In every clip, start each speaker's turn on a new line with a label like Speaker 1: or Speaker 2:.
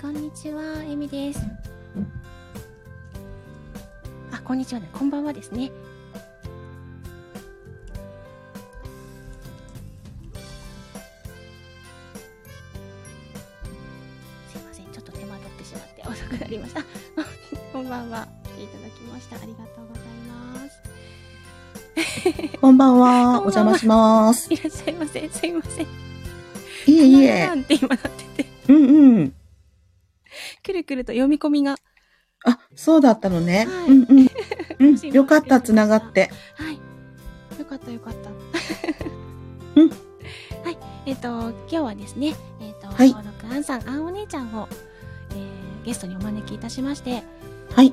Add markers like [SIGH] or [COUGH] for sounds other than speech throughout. Speaker 1: こんにちは、えみです。あ、こんにちは、ね、こんばんはですね。すいません、ちょっと手間取ってしまって遅くなりました。あ [LAUGHS] こんばんは、来ていただきました。ありがとうございます。
Speaker 2: こんばんは。
Speaker 1: こん
Speaker 2: お
Speaker 1: ばんは
Speaker 2: 邪魔します。
Speaker 1: いらっしゃいませ、すいません。
Speaker 2: いえいえ
Speaker 1: な。んて今なってて、
Speaker 2: うんうん。
Speaker 1: くるくると読み込みが。
Speaker 2: あ、そうだったのね。
Speaker 1: はい
Speaker 2: うん
Speaker 1: [LAUGHS]
Speaker 2: うん。うん
Speaker 1: すいません
Speaker 2: よかった、つながって。
Speaker 1: はい。よかったよかった。
Speaker 2: [LAUGHS] うん
Speaker 1: はい。えっ、と今日はですね、えっ、と、
Speaker 2: はい
Speaker 1: 登録アンさん、あんお姉ちゃんを、えーゲストにお招きいたしまして、
Speaker 2: はい。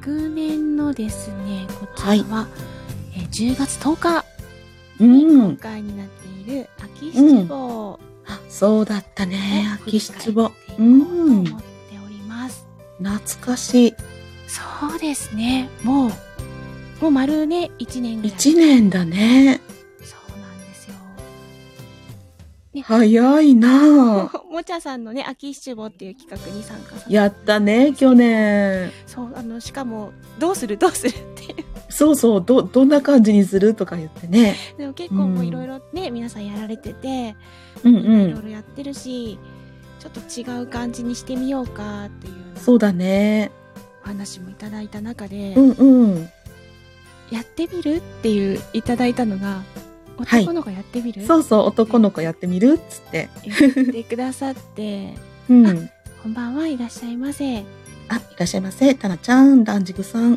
Speaker 1: 昨年のですね、こちら
Speaker 2: はい
Speaker 1: は、えー10月10日
Speaker 2: うん。
Speaker 1: 会になっている秋七五を
Speaker 2: あそうだったね。
Speaker 1: 振り
Speaker 2: 秋
Speaker 1: 返って
Speaker 2: 七
Speaker 1: いこ
Speaker 2: 五
Speaker 1: う。と
Speaker 2: うん。
Speaker 1: 思っ
Speaker 2: 懐
Speaker 1: ております。
Speaker 2: かしい。
Speaker 1: そうですね。もうもう丸ね1年ぐらい。
Speaker 2: 一年だね。
Speaker 1: そうなんですよ。
Speaker 2: 早い
Speaker 1: [LAUGHS]
Speaker 2: なあ
Speaker 1: ももちゃさんのね、秋七五っていう企画に参加させ
Speaker 2: やったね、去年。
Speaker 1: そう、あの、しかも、どうする [LAUGHS] どうするっていう。
Speaker 2: そうそう、ど、どんな感じにするとか言ってね。
Speaker 1: でも結構もううんいろいろね、皆さんやられてて、
Speaker 2: うんう
Speaker 1: いろい
Speaker 2: ん。
Speaker 1: ろやってるし、ちょっと違う感じにしてみようかっていうような
Speaker 2: そうだね。
Speaker 1: お話もいただいた中で、
Speaker 2: うんうん。
Speaker 1: やってみるっていういただいたのが、
Speaker 2: はい
Speaker 1: 男の子やってみる、
Speaker 2: そうそう、男の子やってみるっつって。
Speaker 1: 言ってくださって、
Speaker 2: うん。
Speaker 1: こんばんはいらっしゃいませ。
Speaker 2: あ、いらっしゃいませ。タナちゃん、ダンジグさん。
Speaker 1: あ、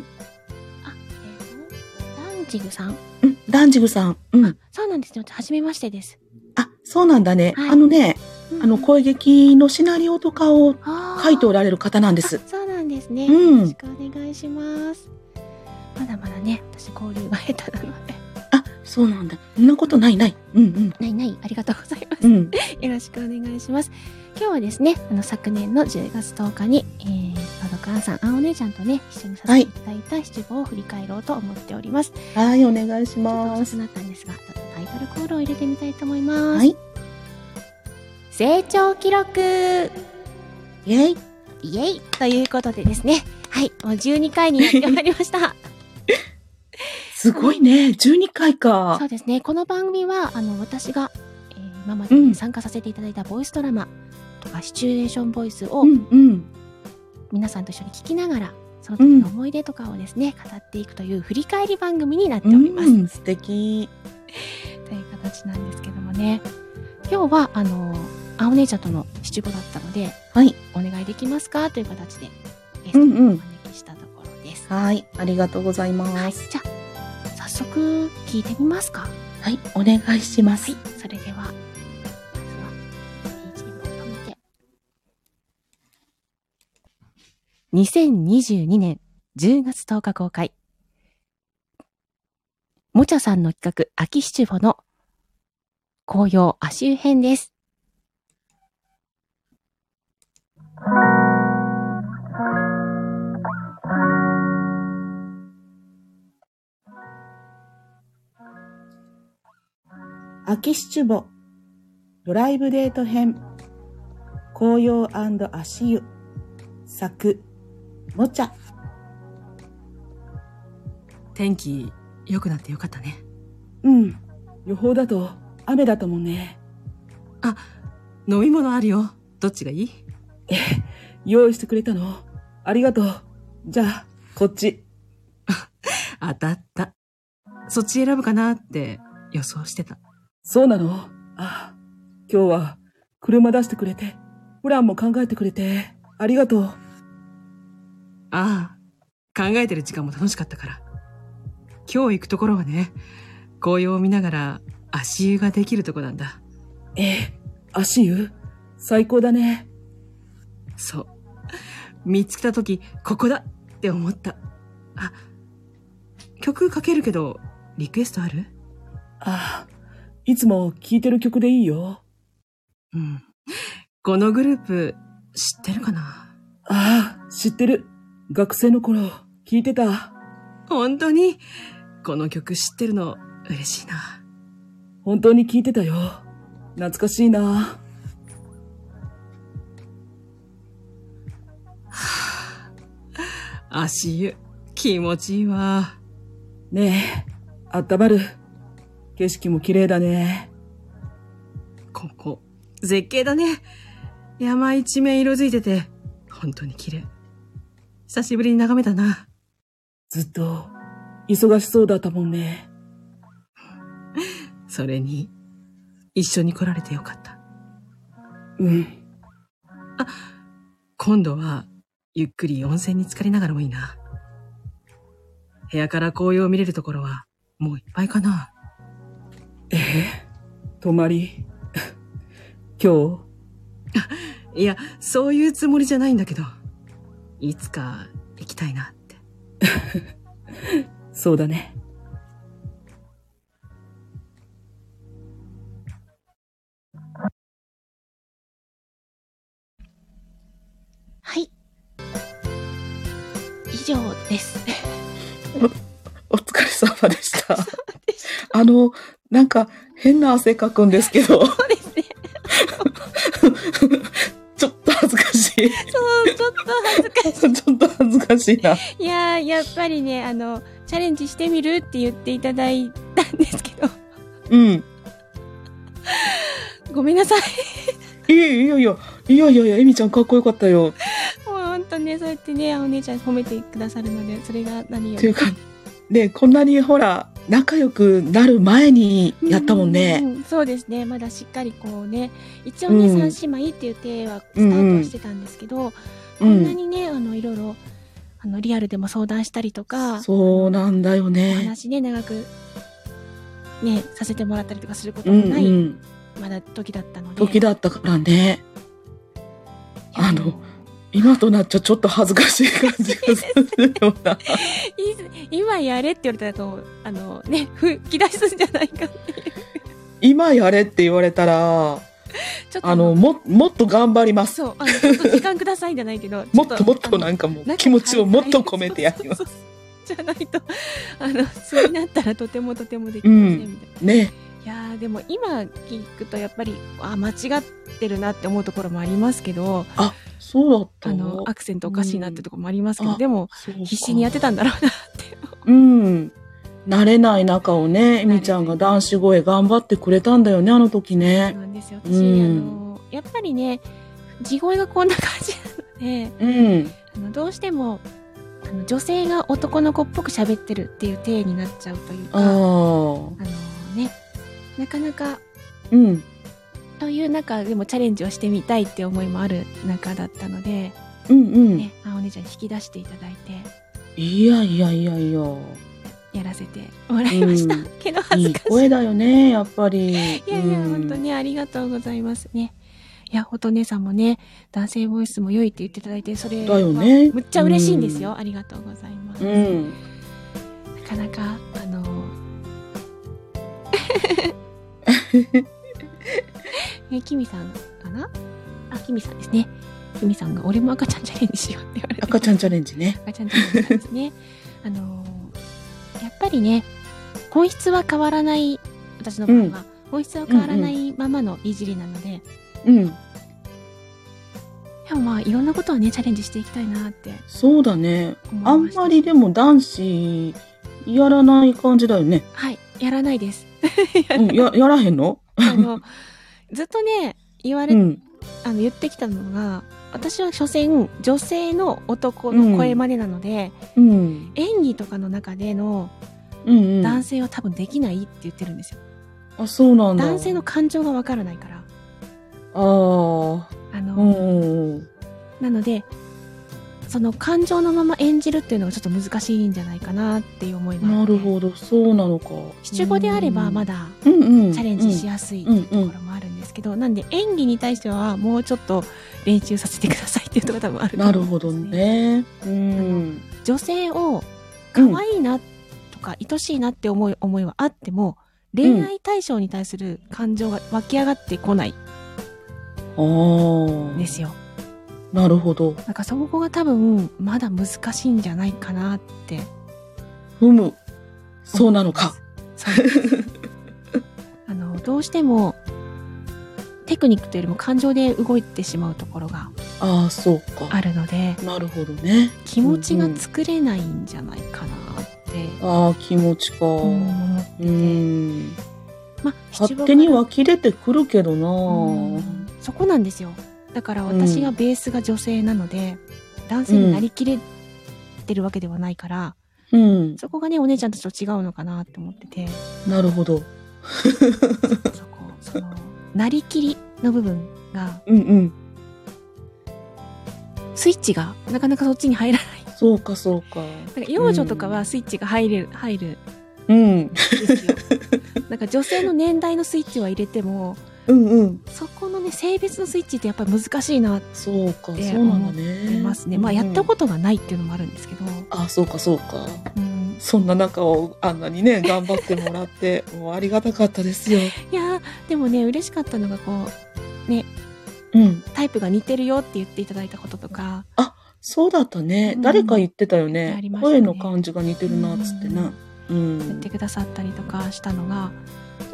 Speaker 1: えっ、と、ダンジグさん。
Speaker 2: うん、ダンジグさん。うん。
Speaker 1: そうなんですよ。はじめましてです。
Speaker 2: あ、そうなんだね。
Speaker 1: はい
Speaker 2: あのね、あの、
Speaker 1: うん
Speaker 2: 声劇のシナリオとかを
Speaker 1: あー
Speaker 2: 書いておられる方なんで
Speaker 1: あ
Speaker 2: す。
Speaker 1: そうなんですね、
Speaker 2: うん
Speaker 1: よろしくお願いしますまだまだね私交流が下手なので [LAUGHS]
Speaker 2: あ、そうなんだ。そんなことないない。うん
Speaker 1: ないないありがとうございます、
Speaker 2: う
Speaker 1: [LAUGHS]
Speaker 2: ん。うん。
Speaker 1: よろしくお願いします今日はですねあの昨年の10月10日にえーパドカンさんあお姉ちゃんとね一緒にさせていただいた七五を振り返ろうと思っております、
Speaker 2: はい、お願いし
Speaker 1: ちょっと
Speaker 2: ま
Speaker 1: 遅
Speaker 2: す
Speaker 1: く。なったんですがちょっとタイトルコールを入れてみたいと思います、
Speaker 2: はい。
Speaker 1: 成長記録
Speaker 2: イェイ。
Speaker 1: イエイということでですねはいもう12回になってまいりました
Speaker 2: すごいね。12回か
Speaker 1: そう。ですね。この番組は、あの、私が、えー今までね
Speaker 2: うん
Speaker 1: 参加させていただいたボイスドラマとか、シチュエーションボイスを
Speaker 2: うんうん。
Speaker 1: 皆さんと一緒に聞きながら、その時の思い出とかをですね、語っていくという振り返り番組になっております。
Speaker 2: うん、素敵。
Speaker 1: という形なんですけどもね。今日は、あの、あお姉ちゃんとの七五だったので、
Speaker 2: はい。
Speaker 1: お願いできますかという形で、ゲストにお招きしたところです。
Speaker 2: はい。ありがとうござい
Speaker 1: は
Speaker 2: ま
Speaker 1: い。
Speaker 2: す。
Speaker 1: じゃあ、早速聞いてみますか。
Speaker 2: はい、お願いしま
Speaker 1: は
Speaker 2: す
Speaker 1: い。、それでは、まずは、ページにまとめて。2022年10月10日公開。もちゃさんの企画、秋七五の紅葉足湯編です。
Speaker 3: 秋七五ドライブデート編紅葉足湯作もちゃ
Speaker 4: 天気良くなってよかったね
Speaker 3: うん予報だと雨だともね
Speaker 4: 飲み物あるよどっちがいい
Speaker 3: 用意してくれたのありがとうじゃあこっ
Speaker 4: [LAUGHS]
Speaker 3: ち
Speaker 4: 当たったそっち選ぶかなって予想してた
Speaker 3: そうなのああ今日は車出してくれてプランも考えてくれてありがとう
Speaker 4: ああ考えてる時間も楽しかったから今日行くところはね紅葉を見ながら足湯ができるとこなんだ
Speaker 3: ええ足湯最高だね
Speaker 4: そう見つけた時ここだって思ったあ曲かけるけどリクエストある
Speaker 3: ああいつも聴いてる曲でいいよ
Speaker 4: うんこのグループ知ってるかな
Speaker 3: ああ、知ってる。学生の頃、聞いてた。
Speaker 4: 本当にこの曲知ってるの嬉しいな。
Speaker 3: 本当に聞いてたよ。懐かしいな。
Speaker 4: [SIGHS] 足湯、気持ちいいわ。
Speaker 2: ねえ、温まる。景色も綺麗だね。
Speaker 4: ここ、絶景だね。山一面色づいてて、本当に綺麗。久しぶりに眺めたな。
Speaker 2: ずっと、忙しそうだったもんね。
Speaker 4: それに、一緒に来られてよかった。
Speaker 2: うん。
Speaker 4: 今度は、ゆっくり温泉に浸かりながらもいいな。部屋から紅葉を見れるところは、もういっぱいかな。
Speaker 2: ええ泊まり。 [LAUGHS] 今
Speaker 4: いや、そういうつもりじゃないんだけど、いつか行きたいなって。
Speaker 2: 日、そうだね。
Speaker 1: はい。以上です。
Speaker 2: お疲れ様でした。あの、なんか変な汗かくんですけど、
Speaker 1: そうですね。
Speaker 2: [LAUGHS] ちょっと恥ずかしい。
Speaker 1: [LAUGHS]
Speaker 2: [LAUGHS]
Speaker 1: そう、ちょっと恥ずかし
Speaker 2: ちょっと恥ずかしいな。
Speaker 1: [LAUGHS] い。いやー、やっぱりね、あの、チャレンジしてみるって言っていただいたんですけど、
Speaker 2: うん。
Speaker 1: ごめんなさい。
Speaker 2: いやいやいや、いやいやいや、エミちゃんかっこよかったよ。
Speaker 1: もうほんとね、そうやってね、お姉ちゃん褒めてくださるので、それが何よ
Speaker 2: とい
Speaker 1: り。
Speaker 2: うか、ね、こんなにほら、仲良くなる前にやったもんね。
Speaker 1: うそうですね。まだしっかりこうね、一応ね、
Speaker 2: うん
Speaker 1: 三姉妹っていう手はスタートしてたんですけど、こ
Speaker 2: うん
Speaker 1: んなにね、あの、いろいろ、あの、リアルでも相談したりとか、
Speaker 2: そうなんだよ
Speaker 1: お
Speaker 2: ね。
Speaker 1: 話ね、長く、ね、させてもらったりとかすること
Speaker 2: うん
Speaker 1: もない、
Speaker 2: うん。
Speaker 1: まだ時だったので。
Speaker 2: 時だったからね。
Speaker 1: いや
Speaker 2: あの今となっちゃちょっと恥ずかしい感じがするよう
Speaker 1: [LAUGHS]
Speaker 2: な。
Speaker 1: いず今やれって言われたらと、あの、ね、吹き出すんじゃないかっていう。
Speaker 2: 今やれって言われたら、
Speaker 1: ちょっと、
Speaker 2: あの、も、もっと頑張ります。
Speaker 1: そう、あの、ちょっと時間くださいじゃないけど、
Speaker 2: もっともっと
Speaker 1: な
Speaker 2: なんかも
Speaker 1: 中
Speaker 2: う
Speaker 1: に
Speaker 2: 気持ちをもっと込めてやりま
Speaker 1: そ
Speaker 2: す。
Speaker 1: うそうそうじゃないと、あの、そうなったらとてもとてもできませんみたいな。
Speaker 2: ね。
Speaker 1: いやーでも今聞くとやっぱりあ間違ってるなって思うところもありますけど
Speaker 2: そうだった
Speaker 1: あのアクセントおかしいなってところもありますけど、
Speaker 2: うん
Speaker 1: でも必死にやってたんだろうなって
Speaker 2: うん。慣れない中をね、エミちゃんが男子声頑張ってくれたんだよね、あの時
Speaker 1: そう
Speaker 2: ね。
Speaker 1: なんですよ私、
Speaker 2: うん
Speaker 1: あのやっぱりね地声がこんな感じなので
Speaker 2: うん。
Speaker 1: あのどうしてもあの女性が男の子っぽく喋ってるっていう体になっちゃうというか
Speaker 2: ああ
Speaker 1: あの
Speaker 2: ー。
Speaker 1: ねなかなか
Speaker 2: うん。
Speaker 1: という中でもチャレンジをしてみたいって思いもある中だったので、
Speaker 2: うんうん。
Speaker 1: ね、あお姉ちゃんに引き出していただいて
Speaker 2: いやいやいやいや。
Speaker 1: やらせてもらいました、
Speaker 2: うん
Speaker 1: けど恥
Speaker 2: い
Speaker 1: ず
Speaker 2: い
Speaker 1: かしい。
Speaker 2: 声だよね、やっぱり。
Speaker 1: いやいや、
Speaker 2: うん
Speaker 1: 本当にありがとうございますね。いや、ほとねさんもね、男性ボイスも良いって言っていただいて、それは
Speaker 2: だよね
Speaker 1: むっちゃ嬉しいんですよ。ありがとうございます。
Speaker 2: うん。
Speaker 1: なかなか、あの
Speaker 2: [LAUGHS]
Speaker 1: え、キミさんかなあ、キミさんですね。キミさんが、俺も赤ちゃんチャレンジしようって言われて。
Speaker 2: 赤ちゃんチャレンジね。
Speaker 1: 赤ちゃんチャレンジなんですね。あのやっぱりね、本質は変わらない、私の場合は、
Speaker 2: うん
Speaker 1: 本質は変わらないままのいじりなので、
Speaker 2: うん。
Speaker 1: でもまあいろんなことをねチャレンジしていきたいなって
Speaker 2: そうだね。
Speaker 1: 思い
Speaker 2: あん
Speaker 1: ました
Speaker 2: まりでも男子、やらない感じだよね。
Speaker 1: はいやらないです
Speaker 2: うん、
Speaker 1: [LAUGHS]
Speaker 2: や、やらへんの
Speaker 1: あ
Speaker 2: [LAUGHS]
Speaker 1: のずっとね言われ、
Speaker 2: うん。
Speaker 1: あの言ってきたのが私は所詮女性の男の声真似なので、
Speaker 2: うん。
Speaker 1: 演技とかの中での
Speaker 2: うん、うん
Speaker 1: 男。性は多分できないって言ってるんですよ、
Speaker 2: あ、そうなんだ。
Speaker 1: 男性の。感情がわからないから
Speaker 2: あ
Speaker 1: あ
Speaker 2: あ。
Speaker 1: の、
Speaker 2: うんうんうん。
Speaker 1: なのでその感情のまま演じるっていうのがちょっと難しいんじゃないかなっていう思いがあって
Speaker 2: なるほど、そうなのか。
Speaker 1: 七五であればま
Speaker 2: だ
Speaker 1: だ
Speaker 2: チ
Speaker 1: チャレンジし
Speaker 2: や
Speaker 1: やすいっていうところもあるんですけど、なんで演技に対してはもうちょっと練習させてくださいっていうところが多分あると
Speaker 2: な
Speaker 1: 思
Speaker 2: る
Speaker 1: うん
Speaker 2: ほ
Speaker 1: です
Speaker 2: どね。うん。
Speaker 1: 女性を可愛いなとか愛しいなって思い思いはあっても恋愛対象に対する感情が湧き上がってこない
Speaker 2: ああ。
Speaker 1: んですよ、
Speaker 2: なるほど。
Speaker 1: なんかそこが多分まだ難しいんじゃないかなって
Speaker 2: ふむ。そ
Speaker 1: [LAUGHS]
Speaker 2: うなのか。
Speaker 1: そうですあのどうしてもテクニックというよりも感情で動いてしまうところが
Speaker 2: ああ、そうか。
Speaker 1: あるので
Speaker 2: なるほどね。
Speaker 1: 気持ちが作れないんじゃないかなって
Speaker 2: ああ、気持ちか。
Speaker 1: う
Speaker 2: うん
Speaker 1: 思ってて
Speaker 2: ん。
Speaker 1: まあ
Speaker 2: 勝手に
Speaker 1: 七五
Speaker 2: 湧き出てくるけど
Speaker 1: う
Speaker 2: なぁ。
Speaker 1: んそこなんですよだから私がベースが女性なので、男性になりきれてるわけではないから、
Speaker 2: うん。
Speaker 1: そこがねお姉ちゃんたちと違うのかなって思ってて
Speaker 2: なるほど。
Speaker 1: そこそ
Speaker 2: [LAUGHS]
Speaker 1: のなりきりの部分が
Speaker 2: うんうん。
Speaker 1: スイッチがなかなかそっちに入らない
Speaker 2: そうか、そうか。
Speaker 1: なんか幼女とかはスイッチが入れる、入る
Speaker 2: うん。
Speaker 1: んですよ
Speaker 2: [LAUGHS]
Speaker 1: なんか女性の年代のスイッチは入れても
Speaker 2: うんうん。
Speaker 1: そこのね性別のスイッチってやっぱり難しいなって
Speaker 2: そうか、そう
Speaker 1: で
Speaker 2: なんだ
Speaker 1: 思
Speaker 2: ね。
Speaker 1: いますね、まあやったことがないっていうのもあるんですけど、
Speaker 2: と。あ、そうか、そうか。
Speaker 1: うん、
Speaker 2: そんな中をあんなにね、頑張っても
Speaker 1: [LAUGHS]
Speaker 2: らって、もうありがたかったですよ。
Speaker 1: いやーでもね嬉しかったのがこ
Speaker 2: うん。
Speaker 1: うタイプが似てるよって言っていただいたこととか
Speaker 2: そうだったね。
Speaker 1: うん
Speaker 2: 誰か言ってたよ
Speaker 1: あ
Speaker 2: ね
Speaker 1: りましたね
Speaker 2: 声の感じが似てるな、つってな。うん。
Speaker 1: 言ってくださったりとかしたのが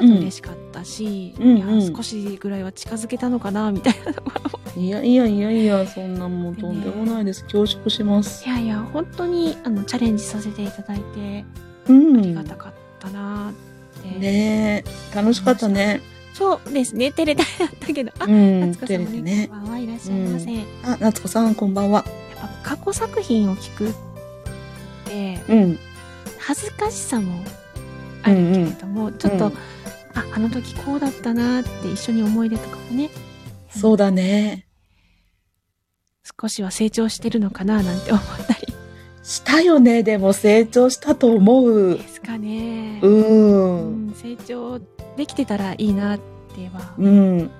Speaker 1: ちょっと嬉しかったし、
Speaker 2: うん
Speaker 1: いや
Speaker 2: うんうん
Speaker 1: ー少しぐらいは近づけたのかなみたいな、
Speaker 2: いやいやいやいや、そんなもうとんでもないです。恐縮します。
Speaker 1: いやいや本当にあのチャレンジさせていただいて
Speaker 2: うん。
Speaker 1: ありがたかったなーって、
Speaker 2: ねえ、楽しかったね。
Speaker 1: そうですね照れただったけどあ、
Speaker 2: うん、
Speaker 1: 夏子さん
Speaker 2: 照れ
Speaker 1: も
Speaker 2: て
Speaker 1: ね
Speaker 2: ね。
Speaker 1: こんばんはいらっしゃいませ、
Speaker 2: うん
Speaker 1: やっ
Speaker 2: あ、夏子さん、こんばんは。
Speaker 1: ぱ過去作品を聞くって
Speaker 2: うん。
Speaker 1: 恥ずかしさもあるけれども、ちょっと、
Speaker 2: うん
Speaker 1: ああの時こうだったなって一緒に思い出とかもね
Speaker 2: そうだね。
Speaker 1: 少しは成長してるのかななんて思ったり
Speaker 2: したよね。でも成長したと思う
Speaker 1: で。すかね、
Speaker 2: う
Speaker 1: う
Speaker 2: ん。
Speaker 1: ん成長できてたらいいなっては、
Speaker 2: うん。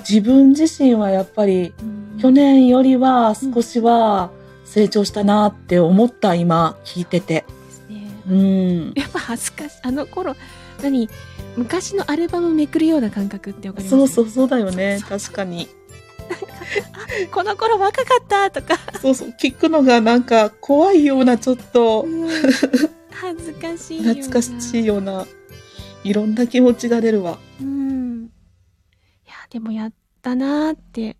Speaker 2: 自分自身はやっぱり、
Speaker 1: うん
Speaker 2: 去年よりは少しは成長したなって思った、今、聞いてて。
Speaker 1: ですね
Speaker 2: うん。
Speaker 1: やっぱ恥ずかしいあの頃何昔のアルバムめくるような感覚ってわかります
Speaker 2: そうそう、そうだよね。
Speaker 1: そう
Speaker 2: 確かに。
Speaker 1: この頃若かったと
Speaker 2: [LAUGHS]
Speaker 1: か
Speaker 2: そうそう、聞くのがなんか怖いような、ちょっと
Speaker 1: 恥ずかしいような
Speaker 2: 懐かしいような、いろんな気持ちが出るわ。
Speaker 1: うんいやでもやったなーって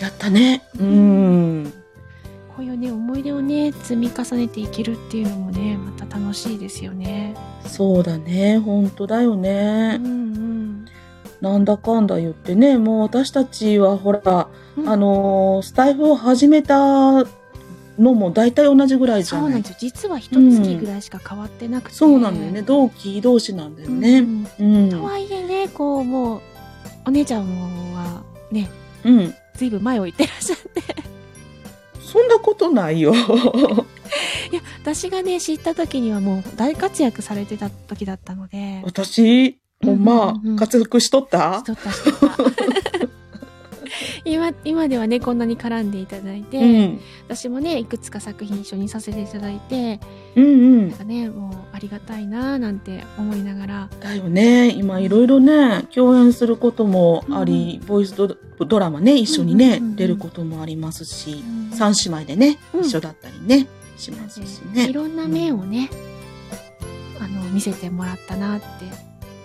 Speaker 2: やったね。うん。
Speaker 1: こういうね思い出をね積み重ねていけるっていうのもねまた楽しいですよね。
Speaker 2: そうだね。本当だよ
Speaker 1: う
Speaker 2: ね。
Speaker 1: ん
Speaker 2: なんだかんだ言ってね、もう私たちはほら、
Speaker 1: うん
Speaker 2: あのースタイフを始めたのも大体同じぐら
Speaker 1: う
Speaker 2: い
Speaker 1: ん、
Speaker 2: じ
Speaker 1: そ
Speaker 2: ゃ
Speaker 1: う
Speaker 2: な
Speaker 1: なん
Speaker 2: い
Speaker 1: ですよ実は一月ぐらいしか変わってなくて、
Speaker 2: そうなんだよね。同期同士なんだよ
Speaker 1: うん
Speaker 2: ね。うん。
Speaker 1: とはいえねこうもうお姉ちゃんはね
Speaker 2: うん。
Speaker 1: ずいぶん前を行ってらっしゃって [LAUGHS]
Speaker 2: そんなことないよ。
Speaker 1: いや私がね知った時にはもう大活躍されてた時だったので
Speaker 2: 私、ほん
Speaker 1: う
Speaker 2: ま
Speaker 1: んうんうん、
Speaker 2: 活躍しとった
Speaker 1: しとったしとった [LAUGHS] 今今ではねこんなに絡んでいただいて、
Speaker 2: うん。
Speaker 1: 私もねいくつか作品一緒にさせていただいて、
Speaker 2: うんう
Speaker 1: なん
Speaker 2: ん。
Speaker 1: かねもうありがたいなあなんて思いながら
Speaker 2: だよね。今いろいろね、共演することもあり、ボイスドドラマね、一緒に
Speaker 1: うん
Speaker 2: ね、
Speaker 1: うんうん
Speaker 2: 出ることもありますし、
Speaker 1: うん
Speaker 2: 三姉妹でね、
Speaker 1: うん
Speaker 2: 一緒だったりね、し
Speaker 1: な
Speaker 2: ま
Speaker 1: ん
Speaker 2: すし
Speaker 1: でい
Speaker 2: ね。
Speaker 1: ろんな面をね、あの見せてもらったなって、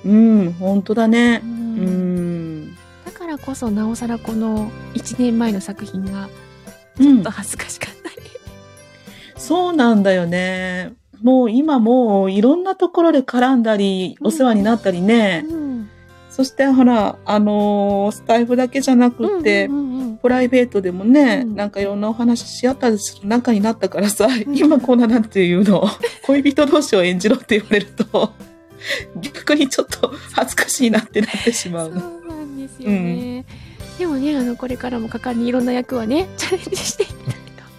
Speaker 2: うん、本当だね
Speaker 1: う。
Speaker 2: うんん。
Speaker 1: だからこそなおさらこの1年前の作品が
Speaker 2: う
Speaker 1: ちょっ
Speaker 2: ん
Speaker 1: と、恥ずかしかったり、
Speaker 2: そうなんだよね。もう今もういろんなところで絡んだり、
Speaker 1: うん
Speaker 2: お世話になったりね。そしてほら、あのースタイフだけじゃなくって、
Speaker 1: うんうんうん
Speaker 2: プライベートでもね、
Speaker 1: うん
Speaker 2: なんかいろんなお話しし合ったりする仲になったからさ、今こんななんていう [LAUGHS] の、恋人同士を演じろって言われると、逆にちょっと恥ずかしいなってなってしま
Speaker 1: そうう
Speaker 2: の。
Speaker 1: なんですよね、でもねあのこれからも果敢にいろんな役はね [LAUGHS] チャレンジしていきたい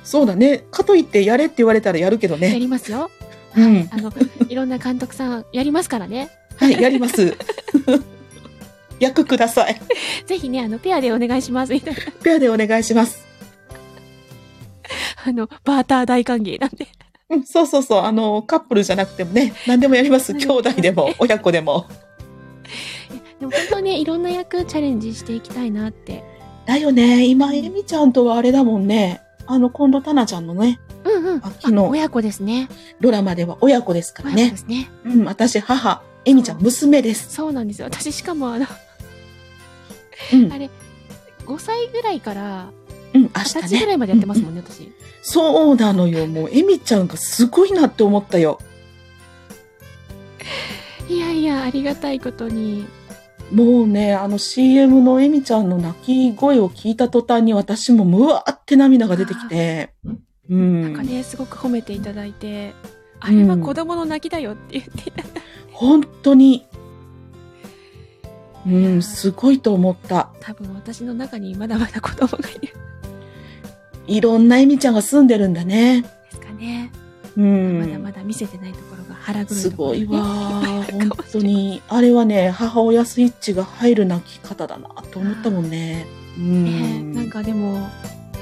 Speaker 2: そうだね。かといってやれって言われたらやるけど
Speaker 1: とや
Speaker 2: ね。
Speaker 1: りますよ
Speaker 2: うん。
Speaker 1: あのいろんな監督さんやりますからね
Speaker 2: はい、やり [LAUGHS] ます。役ください。
Speaker 1: ぜひねあのペアでお願いしますみたいな
Speaker 2: ペアでお願いします。
Speaker 1: あのバーター大歓迎なんで
Speaker 2: うん、そうそうそう。あの、カップルじゃなくてもね、何でもやります。兄弟でも、親子でも。
Speaker 1: でも本当ね、いろんな役チャレンジしていきたいなって。
Speaker 2: だよね。今、えみちゃんとはあれだもんね。あの、近藤タナちゃんのね、
Speaker 1: うんうん。
Speaker 2: あ昨日
Speaker 1: 親子ですね。
Speaker 2: ドラマでは親子ですから
Speaker 1: 親子で
Speaker 2: ね。
Speaker 1: すね。
Speaker 2: うん、私、母、えみちゃん、娘です。
Speaker 1: そうなんですよ。私しかもあの、
Speaker 2: うん
Speaker 1: あれ、5歳ぐらいから、
Speaker 2: うん、明
Speaker 1: 二十
Speaker 2: 日
Speaker 1: 歳ぐ
Speaker 2: ね。
Speaker 1: らいまでやってますもんね、私。
Speaker 2: そうなのよ。もう、エミちゃんがすごいなって思ったよ。
Speaker 1: いやいや、ありがたいことに。
Speaker 2: もうね、あの CM のエミちゃんの泣き声を聞いた途端に私もムワーって涙が出てきて。うん。
Speaker 1: なんかね、すごく褒めていただいて、あれは子供の泣きだよって言ってい [LAUGHS] ただいて
Speaker 2: 本当に。うん、すごいと思った。
Speaker 1: 多分私の中にまだまだ子供がいるんで
Speaker 2: いろんなエミちゃんが住んでるんだね。
Speaker 1: すかね。
Speaker 2: う
Speaker 1: まだ
Speaker 2: ん
Speaker 1: ま。だ見せてないところが腹黒い
Speaker 2: す
Speaker 1: ところ
Speaker 2: ご
Speaker 1: ね、
Speaker 2: いわー。 [LAUGHS]
Speaker 1: っぱいある
Speaker 2: 本
Speaker 1: かもし
Speaker 2: 当
Speaker 1: れない
Speaker 2: に。あれはね、母親スイッチが入る泣き方だなと思ったもんね。うん。
Speaker 1: ねなんかでも、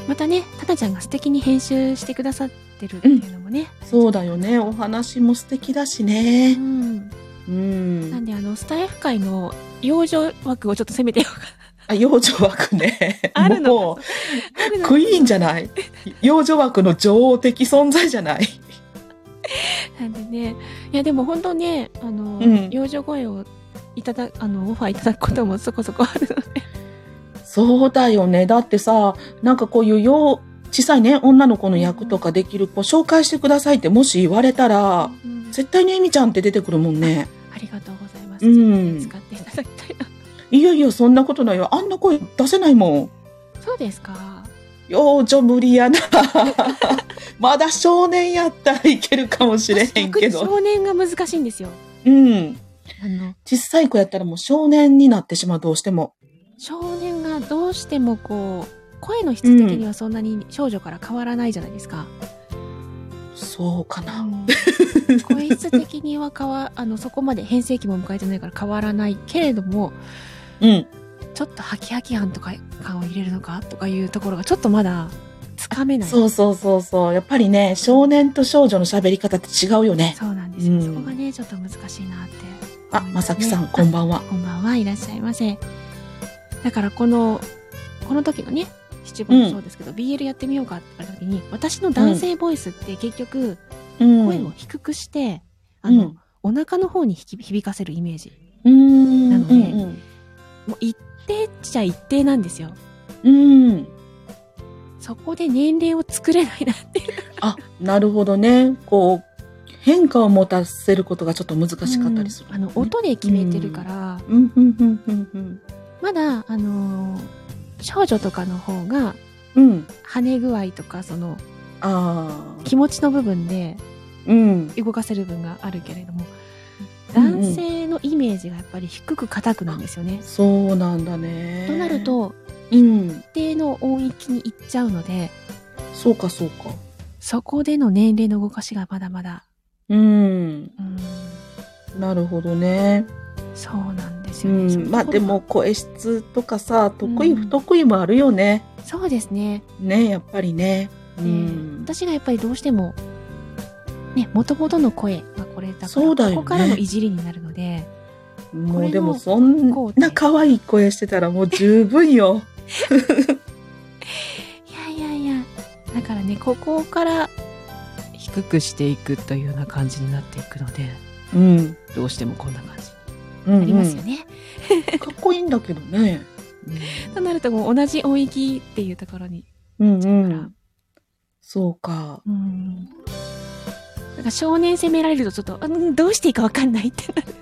Speaker 1: またね、タナちゃんが素敵に編集してくださってるっていうのもね。
Speaker 2: そうだよね。お話も素敵だし
Speaker 1: う
Speaker 2: ね。
Speaker 1: ん。
Speaker 2: う
Speaker 1: なん
Speaker 2: ん。
Speaker 1: で、あの、スタイフ界の養生枠をちょっと攻めてようか
Speaker 2: あ、幼女枠 [LAUGHS] ね。
Speaker 1: な。あるの
Speaker 2: もう
Speaker 1: か。あるの
Speaker 2: クイーンじゃない幼女枠の女王的存在じゃない
Speaker 1: なんでね。いや、でも本当ね、あの、
Speaker 2: うん
Speaker 1: 養生声をいただ、あの、オファーいただくこともそこそこあるので。
Speaker 2: そうだよね。だってさ、なんかこういう幼、小さいね、女の子の役とかできる子紹介してくださいってもし言われたら、
Speaker 1: うん
Speaker 2: 絶対にエミちゃんって出てくるもんね。
Speaker 1: ありがとうございます。
Speaker 2: うん
Speaker 1: 使っていただきたいな。
Speaker 2: いやいや、そんなことないよ。あんな声出せないもん。
Speaker 1: そうですか。
Speaker 2: 幼女無理やな。 [LAUGHS] まだ少年やったらいけるかもしれへんけ
Speaker 1: 逆に
Speaker 2: ど。
Speaker 1: 少年が難しいんですよ。
Speaker 2: うん。
Speaker 1: あの、
Speaker 2: 小さい子やったらもう少年になってしまう、どうしても。
Speaker 1: 少年がどうしてもこう、声の質的にはそんなに少女から変わらないじゃないですか。
Speaker 2: そうかな。
Speaker 1: 声質的には変わ、あの、そこまで変声期も迎えてないから変わらないけれども、
Speaker 2: うん。
Speaker 1: ちょっとハキハキ感とか感を入れるのかとかいうところがちょっとまだつかめない。
Speaker 2: そうそうそうそう。やっぱりね、少年と少女の喋り方って違うよね。
Speaker 1: そうなんですよ、
Speaker 2: うん
Speaker 1: そこがね、ちょっと難しいなって。
Speaker 2: あ、まさきさん、こんばんは。
Speaker 1: こんばんはいらっしゃいませ。だからこの、この時のね、七五もそうですけど、BL やってみようかって言った時に、私の男性ボイスって結局、
Speaker 2: うん。
Speaker 1: 声を低くして、
Speaker 2: う
Speaker 1: あの、
Speaker 2: ん、
Speaker 1: お腹の方にひき響かせるイメージ。
Speaker 2: うん。
Speaker 1: なので
Speaker 2: うん
Speaker 1: もう一定っちゃ一定なんですよ。
Speaker 2: うん。うん。
Speaker 1: そこで年齢を作れないなっていう。
Speaker 2: あ、なるほどね。こう、変化を持たせることがちょっと難しかったりする、
Speaker 1: あの、音で決めてるから、
Speaker 2: うん、うん、うん、うん、
Speaker 1: まだ、あのー少女とかの方が、
Speaker 2: うん。うん。
Speaker 1: 跳ね具合とか、その、
Speaker 2: ああ。
Speaker 1: 気持ちの部分で
Speaker 2: うん。
Speaker 1: 動かせる部分があるけれども、
Speaker 2: うん
Speaker 1: 男性のイメージがやっぱり低く硬くなんですよね。
Speaker 2: そうなんだね。
Speaker 1: となる、と、
Speaker 2: うん。
Speaker 1: 一定の音域に行っちゃうので、
Speaker 2: そうか、そうか。
Speaker 1: そこでの年齢の動かしがまだまだ、
Speaker 2: うん。
Speaker 1: うん、
Speaker 2: なるほどね。
Speaker 1: そうなんです
Speaker 2: う
Speaker 1: よね。そうい
Speaker 2: ん。
Speaker 1: う
Speaker 2: まあ、
Speaker 1: とこ
Speaker 2: で
Speaker 1: ろが
Speaker 2: も、声質とかさ、得意、
Speaker 1: うん
Speaker 2: 不得意もあるよね。
Speaker 1: そうですね。
Speaker 2: ね、やっぱりね。う
Speaker 1: で
Speaker 2: ん。
Speaker 1: 私がやっぱりどうしても、ね、もともとの声がこれだから、
Speaker 2: そうだよね
Speaker 1: ここからのいじりになるので、こ
Speaker 2: も
Speaker 1: れ
Speaker 2: う
Speaker 1: の
Speaker 2: でもそんな可愛い声してたらもう十分よ。
Speaker 1: いやいやいや、だからね、ここから、
Speaker 4: 低くしていくというような感じになっていくので
Speaker 2: [LAUGHS] うん。
Speaker 4: どうしてもこんな感じ
Speaker 2: うん、
Speaker 1: ありますよね。
Speaker 2: うんかっこい [LAUGHS] いんだけどね。
Speaker 1: となるともう同じ音域っていうところに、
Speaker 2: うんう
Speaker 1: だから
Speaker 2: ん。そうか。
Speaker 1: うん。なんか少年責められるとちょっと、うん、どうしていいかわかんないってなる。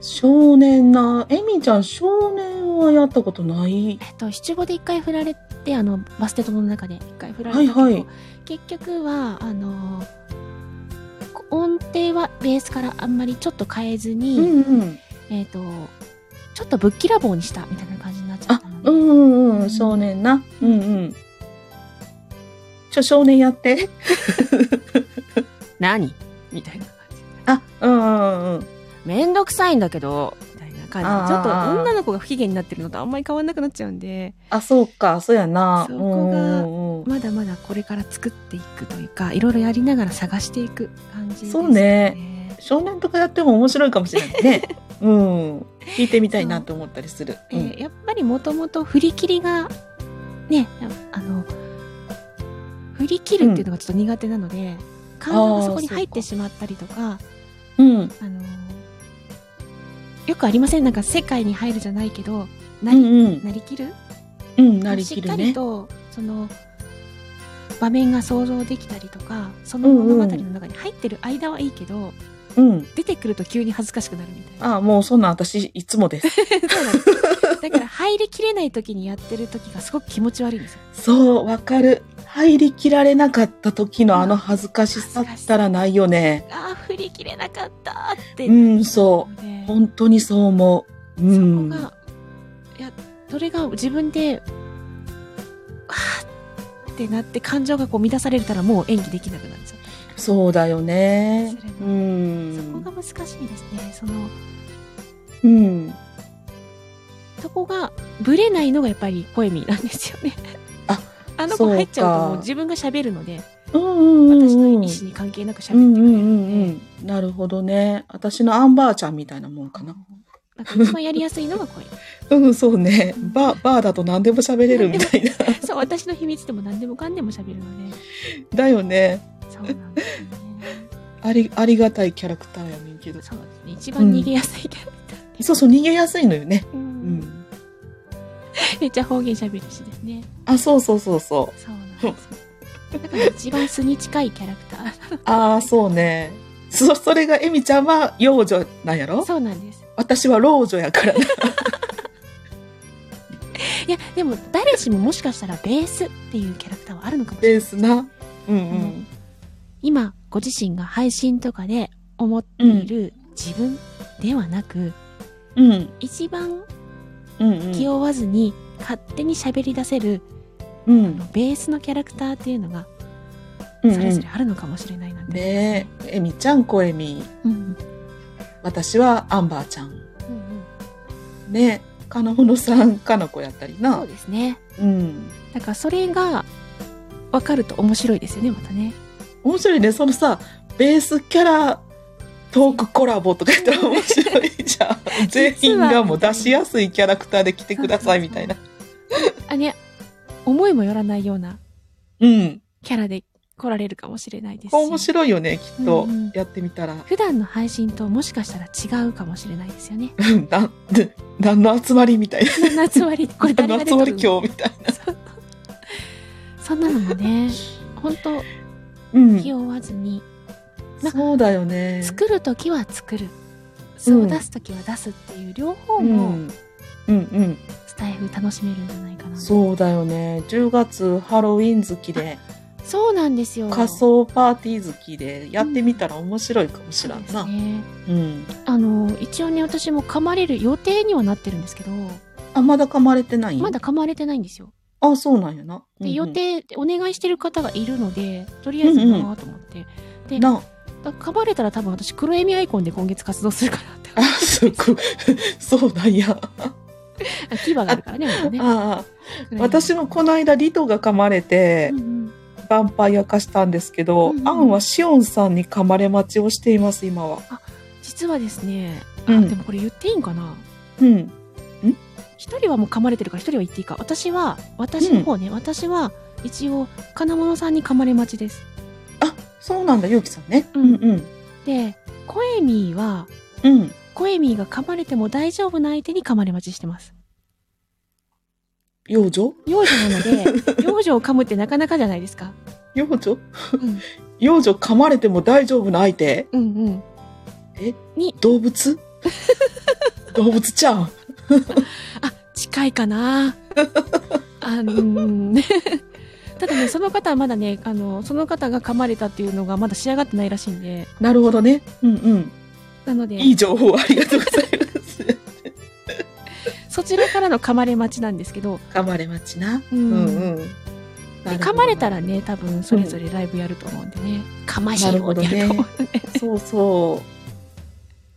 Speaker 2: 少年な、エミちゃん少年はやったことない。
Speaker 1: えっと、七五で一回振られて、あの、バステトの中で一回振られた
Speaker 2: はい
Speaker 1: けど、
Speaker 2: はい。
Speaker 1: 結局は、あの、こ音程はベースからあんまりちょっと変えずに、
Speaker 2: うんうん。
Speaker 1: えっと、ちょっとぶっきらぼうにしたみたいな感じになっちゃっ
Speaker 2: あ
Speaker 1: たの、で、
Speaker 2: うんうんうん、少年な。うんうん。ちょ、少年やって。
Speaker 4: 何みたいな感じ
Speaker 2: [LAUGHS] あ、うんうんうん。
Speaker 4: めんどくさいんだけどみたいな感じでちょっと
Speaker 2: あー
Speaker 4: 女の子が不機嫌になってるのとあんまり変わんなくなっちゃうんで
Speaker 2: あ、そうか、そうやな。
Speaker 4: そこが
Speaker 2: うんうんうん
Speaker 4: まだまだこれから作っていくというかいろいろやりながら探していく感じですね
Speaker 2: そうね少年とかやっても面白いかもしれない [LAUGHS] ね。うん。聞いてみたいなと思ったりする。
Speaker 1: え
Speaker 2: う
Speaker 1: ー
Speaker 2: ん
Speaker 1: やっぱりもともと振り切りがねやあの振り切るっていうのがちょっと苦手なので、感情がそこに入ってしまったりとか
Speaker 2: うん。
Speaker 1: あのよくありませんなんか世界に入るじゃないけどな
Speaker 2: う
Speaker 1: り、
Speaker 2: んうん
Speaker 1: なりきる
Speaker 2: うんなり
Speaker 1: し
Speaker 2: き
Speaker 1: っ
Speaker 2: る
Speaker 1: かり
Speaker 2: ね
Speaker 1: とその場面が想像できたりとかその物語の中に入ってる間はいいけど、
Speaker 2: うん
Speaker 1: 出てくると急に恥ずかしくなるみたいな。
Speaker 2: ああもうそんなん私いつもです
Speaker 1: [LAUGHS] そうなんですだから入りきれない時にやってる時がすごく気持ち悪いんですよ。
Speaker 2: そうわかる入りきられなかった時のあの恥ずかしさったらないよね
Speaker 1: ああ振り切れなかったって、
Speaker 2: うんそう
Speaker 1: ね
Speaker 2: 本当にそう思う、う
Speaker 1: そこ
Speaker 2: ん、
Speaker 1: がいやそれが自分で「わあ」ってなって感情がこう乱されたらもう演技できなくなっちゃう。
Speaker 2: そうだよね
Speaker 1: それ
Speaker 2: う
Speaker 1: が
Speaker 2: ん
Speaker 1: そこが難しいですね。その
Speaker 2: うん
Speaker 1: そこがブレないのがやっぱり声ミなんですよね。
Speaker 2: あ、
Speaker 1: [LAUGHS] あの子入っちゃうとも
Speaker 2: そう
Speaker 1: う
Speaker 2: か
Speaker 1: 自分が喋るので、
Speaker 2: うんうんうんうん
Speaker 1: 私の意思に関係なく
Speaker 2: うん
Speaker 1: 喋って
Speaker 2: う
Speaker 1: くれる
Speaker 2: んうん
Speaker 1: の
Speaker 2: う
Speaker 1: で、
Speaker 2: んなるほどね私のアンバーちゃんみたいなもんかな
Speaker 1: なんか一番やりやすいのが
Speaker 2: [LAUGHS]
Speaker 1: 声。
Speaker 2: うんそうねバーバーだと何でも喋れるみたいな
Speaker 1: そう、私の秘密でも何でもかんでも喋るので、
Speaker 2: だよね
Speaker 1: そうなんですよね。
Speaker 2: ありありがたいキャラクターやねんけど
Speaker 1: そうですね。一番逃げやすいキャラクターで
Speaker 2: そうそう逃げやすいのよね
Speaker 1: う。
Speaker 2: うんん
Speaker 1: めっちゃ方言喋るしですね。
Speaker 2: あそうそうそうそ
Speaker 1: そうなんです。だから一番素に近いキャラクタ
Speaker 2: [LAUGHS]
Speaker 1: ー。
Speaker 2: うああそうねそそれがエミちゃんは幼女なんやろ
Speaker 1: そうなんです。
Speaker 2: 私は老女やか
Speaker 1: [LAUGHS]
Speaker 2: らね
Speaker 1: いや、でも誰しももしかしたらベースっていうキャラクターはあるのかもしれない
Speaker 2: ベースなうんうん
Speaker 1: 今ご自身が配信とかで思っている自分ではなく、
Speaker 2: うん
Speaker 1: 一番
Speaker 2: うん
Speaker 1: 気負わずに勝手に喋り出せる、
Speaker 2: う
Speaker 1: あの
Speaker 2: ん
Speaker 1: ベースのキャラクターっていうのが
Speaker 2: うん
Speaker 1: それぞれあるのかもしれないなんて、
Speaker 2: ねえエミちゃん小エミ
Speaker 1: うんうん
Speaker 2: 私はアンバーちゃ
Speaker 1: う
Speaker 2: ん
Speaker 1: んうん
Speaker 2: ねかのほのさんかの子やったり
Speaker 1: そ
Speaker 2: な
Speaker 1: うですね
Speaker 2: うん
Speaker 1: だからそれが分かると面白いですよねまたね
Speaker 2: 面白いねそのさベースキャラトークコラボとかやったら面白いじ
Speaker 1: [LAUGHS]
Speaker 2: ゃん [LAUGHS] 全員がもう出しやすいキャラクターで来てくださいみたいな
Speaker 1: あね思いもよらないような
Speaker 2: うん
Speaker 1: キャラで来られるかもしれないですし
Speaker 2: 面白いよねきっと、
Speaker 1: うんうん
Speaker 2: やってみたら
Speaker 1: 普段の配信ともしかしたら違うかもしれないですよね [LAUGHS]
Speaker 2: [LAUGHS] うんなんで何の集まりみたいな
Speaker 1: 7つ割りこれ誰
Speaker 2: 何
Speaker 1: が
Speaker 2: の
Speaker 1: 出て
Speaker 2: 集
Speaker 1: く
Speaker 2: ま
Speaker 1: るの
Speaker 2: り今日みたいな
Speaker 1: そんなのもね、本当
Speaker 2: うん
Speaker 1: 気負わずに、ま
Speaker 2: そうだよね
Speaker 1: 作るときは作る、素を出すときは出すっていう両方
Speaker 2: うんう
Speaker 1: の
Speaker 2: んうん
Speaker 1: スタイフ楽しめるんじゃないかな。
Speaker 2: そうだよね10月ハロウィン好きで
Speaker 1: そうなんですよ。
Speaker 2: 仮装パーティー好きでやってみたら面白いかもし
Speaker 1: そ
Speaker 2: ら
Speaker 1: うんです
Speaker 2: な、
Speaker 1: ね。
Speaker 2: うん
Speaker 1: あの一応ね私も噛まれる予定にはなってるんですけど、
Speaker 2: あまだ噛まれてない
Speaker 1: まだ噛まれてないんですよ。
Speaker 2: あそうなんやな、うんう
Speaker 1: で
Speaker 2: ん
Speaker 1: 予定お願いしてる方がいるのでとりあえずなーと思って、で
Speaker 2: な
Speaker 1: だから噛まれたら多分私黒エミアイコンで今月活動するかなって
Speaker 2: あすごい [LAUGHS] そうなんや
Speaker 1: あ牙があるからねもうね。
Speaker 2: ああ
Speaker 1: 黒エミアイコン
Speaker 2: 私もこの間リトが噛まれて
Speaker 1: うんうん
Speaker 2: ヴァンパイア化したんですけど、
Speaker 1: うんうん
Speaker 2: アンはシオンさんに噛まれ待ちをしています今は
Speaker 1: 実はですね、あ
Speaker 2: うん
Speaker 1: でもこれ言っていいんかな
Speaker 2: うん
Speaker 1: 一人はもう噛まれてるから一人は言っていいか私は私の方ね、私は一応金物さんに噛まれ待ちです
Speaker 2: あそうなんだゆうきさんね、
Speaker 1: うん
Speaker 2: うん
Speaker 1: でコエミーは
Speaker 2: うんうん
Speaker 1: コエミーが噛まれても大丈夫な相手に噛まれ待ちしてます
Speaker 2: 幼女
Speaker 1: 幼女なの
Speaker 2: [LAUGHS]
Speaker 1: で幼女を噛むってなかなかじゃないですか
Speaker 2: 幼女、
Speaker 1: ん
Speaker 2: [LAUGHS] 幼女噛まれても大丈夫な相手
Speaker 1: うんうん
Speaker 2: え
Speaker 1: に [LAUGHS]
Speaker 2: 動物動物ちゃん
Speaker 1: あ近いかなあのー [LAUGHS] ただねその方はまだねあのその方が噛まれたっていうのがまだ仕上がってないらしいんで
Speaker 2: なるほどねうんうん
Speaker 1: なので
Speaker 2: いい情報ありがとうございます。
Speaker 1: [LAUGHS] そちらからの噛まれ待ちなんですけど、
Speaker 2: 噛まれ待ちな。
Speaker 1: う
Speaker 2: うんんうん。なるほど
Speaker 1: 噛まれたらね、多分それぞれライブやると思うんでね、かましいよってやると思う。
Speaker 2: そうそ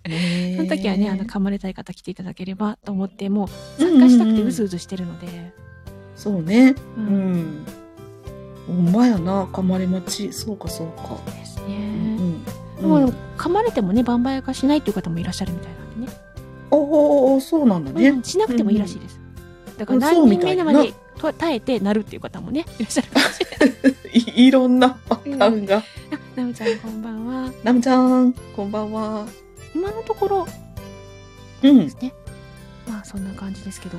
Speaker 2: う。ねえ
Speaker 1: [LAUGHS] その時はね、あの、噛まれたい方来ていただければと思って、もう参加したくてうずうずしてるので、
Speaker 2: そうね。
Speaker 1: う
Speaker 2: うんん。ほんまやな、噛まれ待ち。そうか、そうか。
Speaker 1: です
Speaker 2: う
Speaker 1: ね。
Speaker 2: ん
Speaker 1: で
Speaker 2: うん。う
Speaker 1: も
Speaker 2: ん、
Speaker 1: 噛まれてもね、バンバヤ化しないという方もいらっしゃるみたいなんでね。
Speaker 2: おお、そうなんだ
Speaker 1: う
Speaker 2: ね
Speaker 1: ん。しなくてもいいらしいです。だから
Speaker 2: うん
Speaker 1: 何
Speaker 2: そうみ
Speaker 1: 人
Speaker 2: たい
Speaker 1: 目
Speaker 2: な
Speaker 1: までと耐えてなるっていう方もね、いらっしゃ
Speaker 2: [LAUGHS]
Speaker 1: るかもしれない。
Speaker 2: いいろんなパターンが。
Speaker 1: あなむちゃん、こんばんは。
Speaker 2: ナムちゃん、こんばんは。
Speaker 1: 今のところ
Speaker 2: う
Speaker 1: で
Speaker 2: ん
Speaker 1: す。ね。まあ、そんな感じですけど、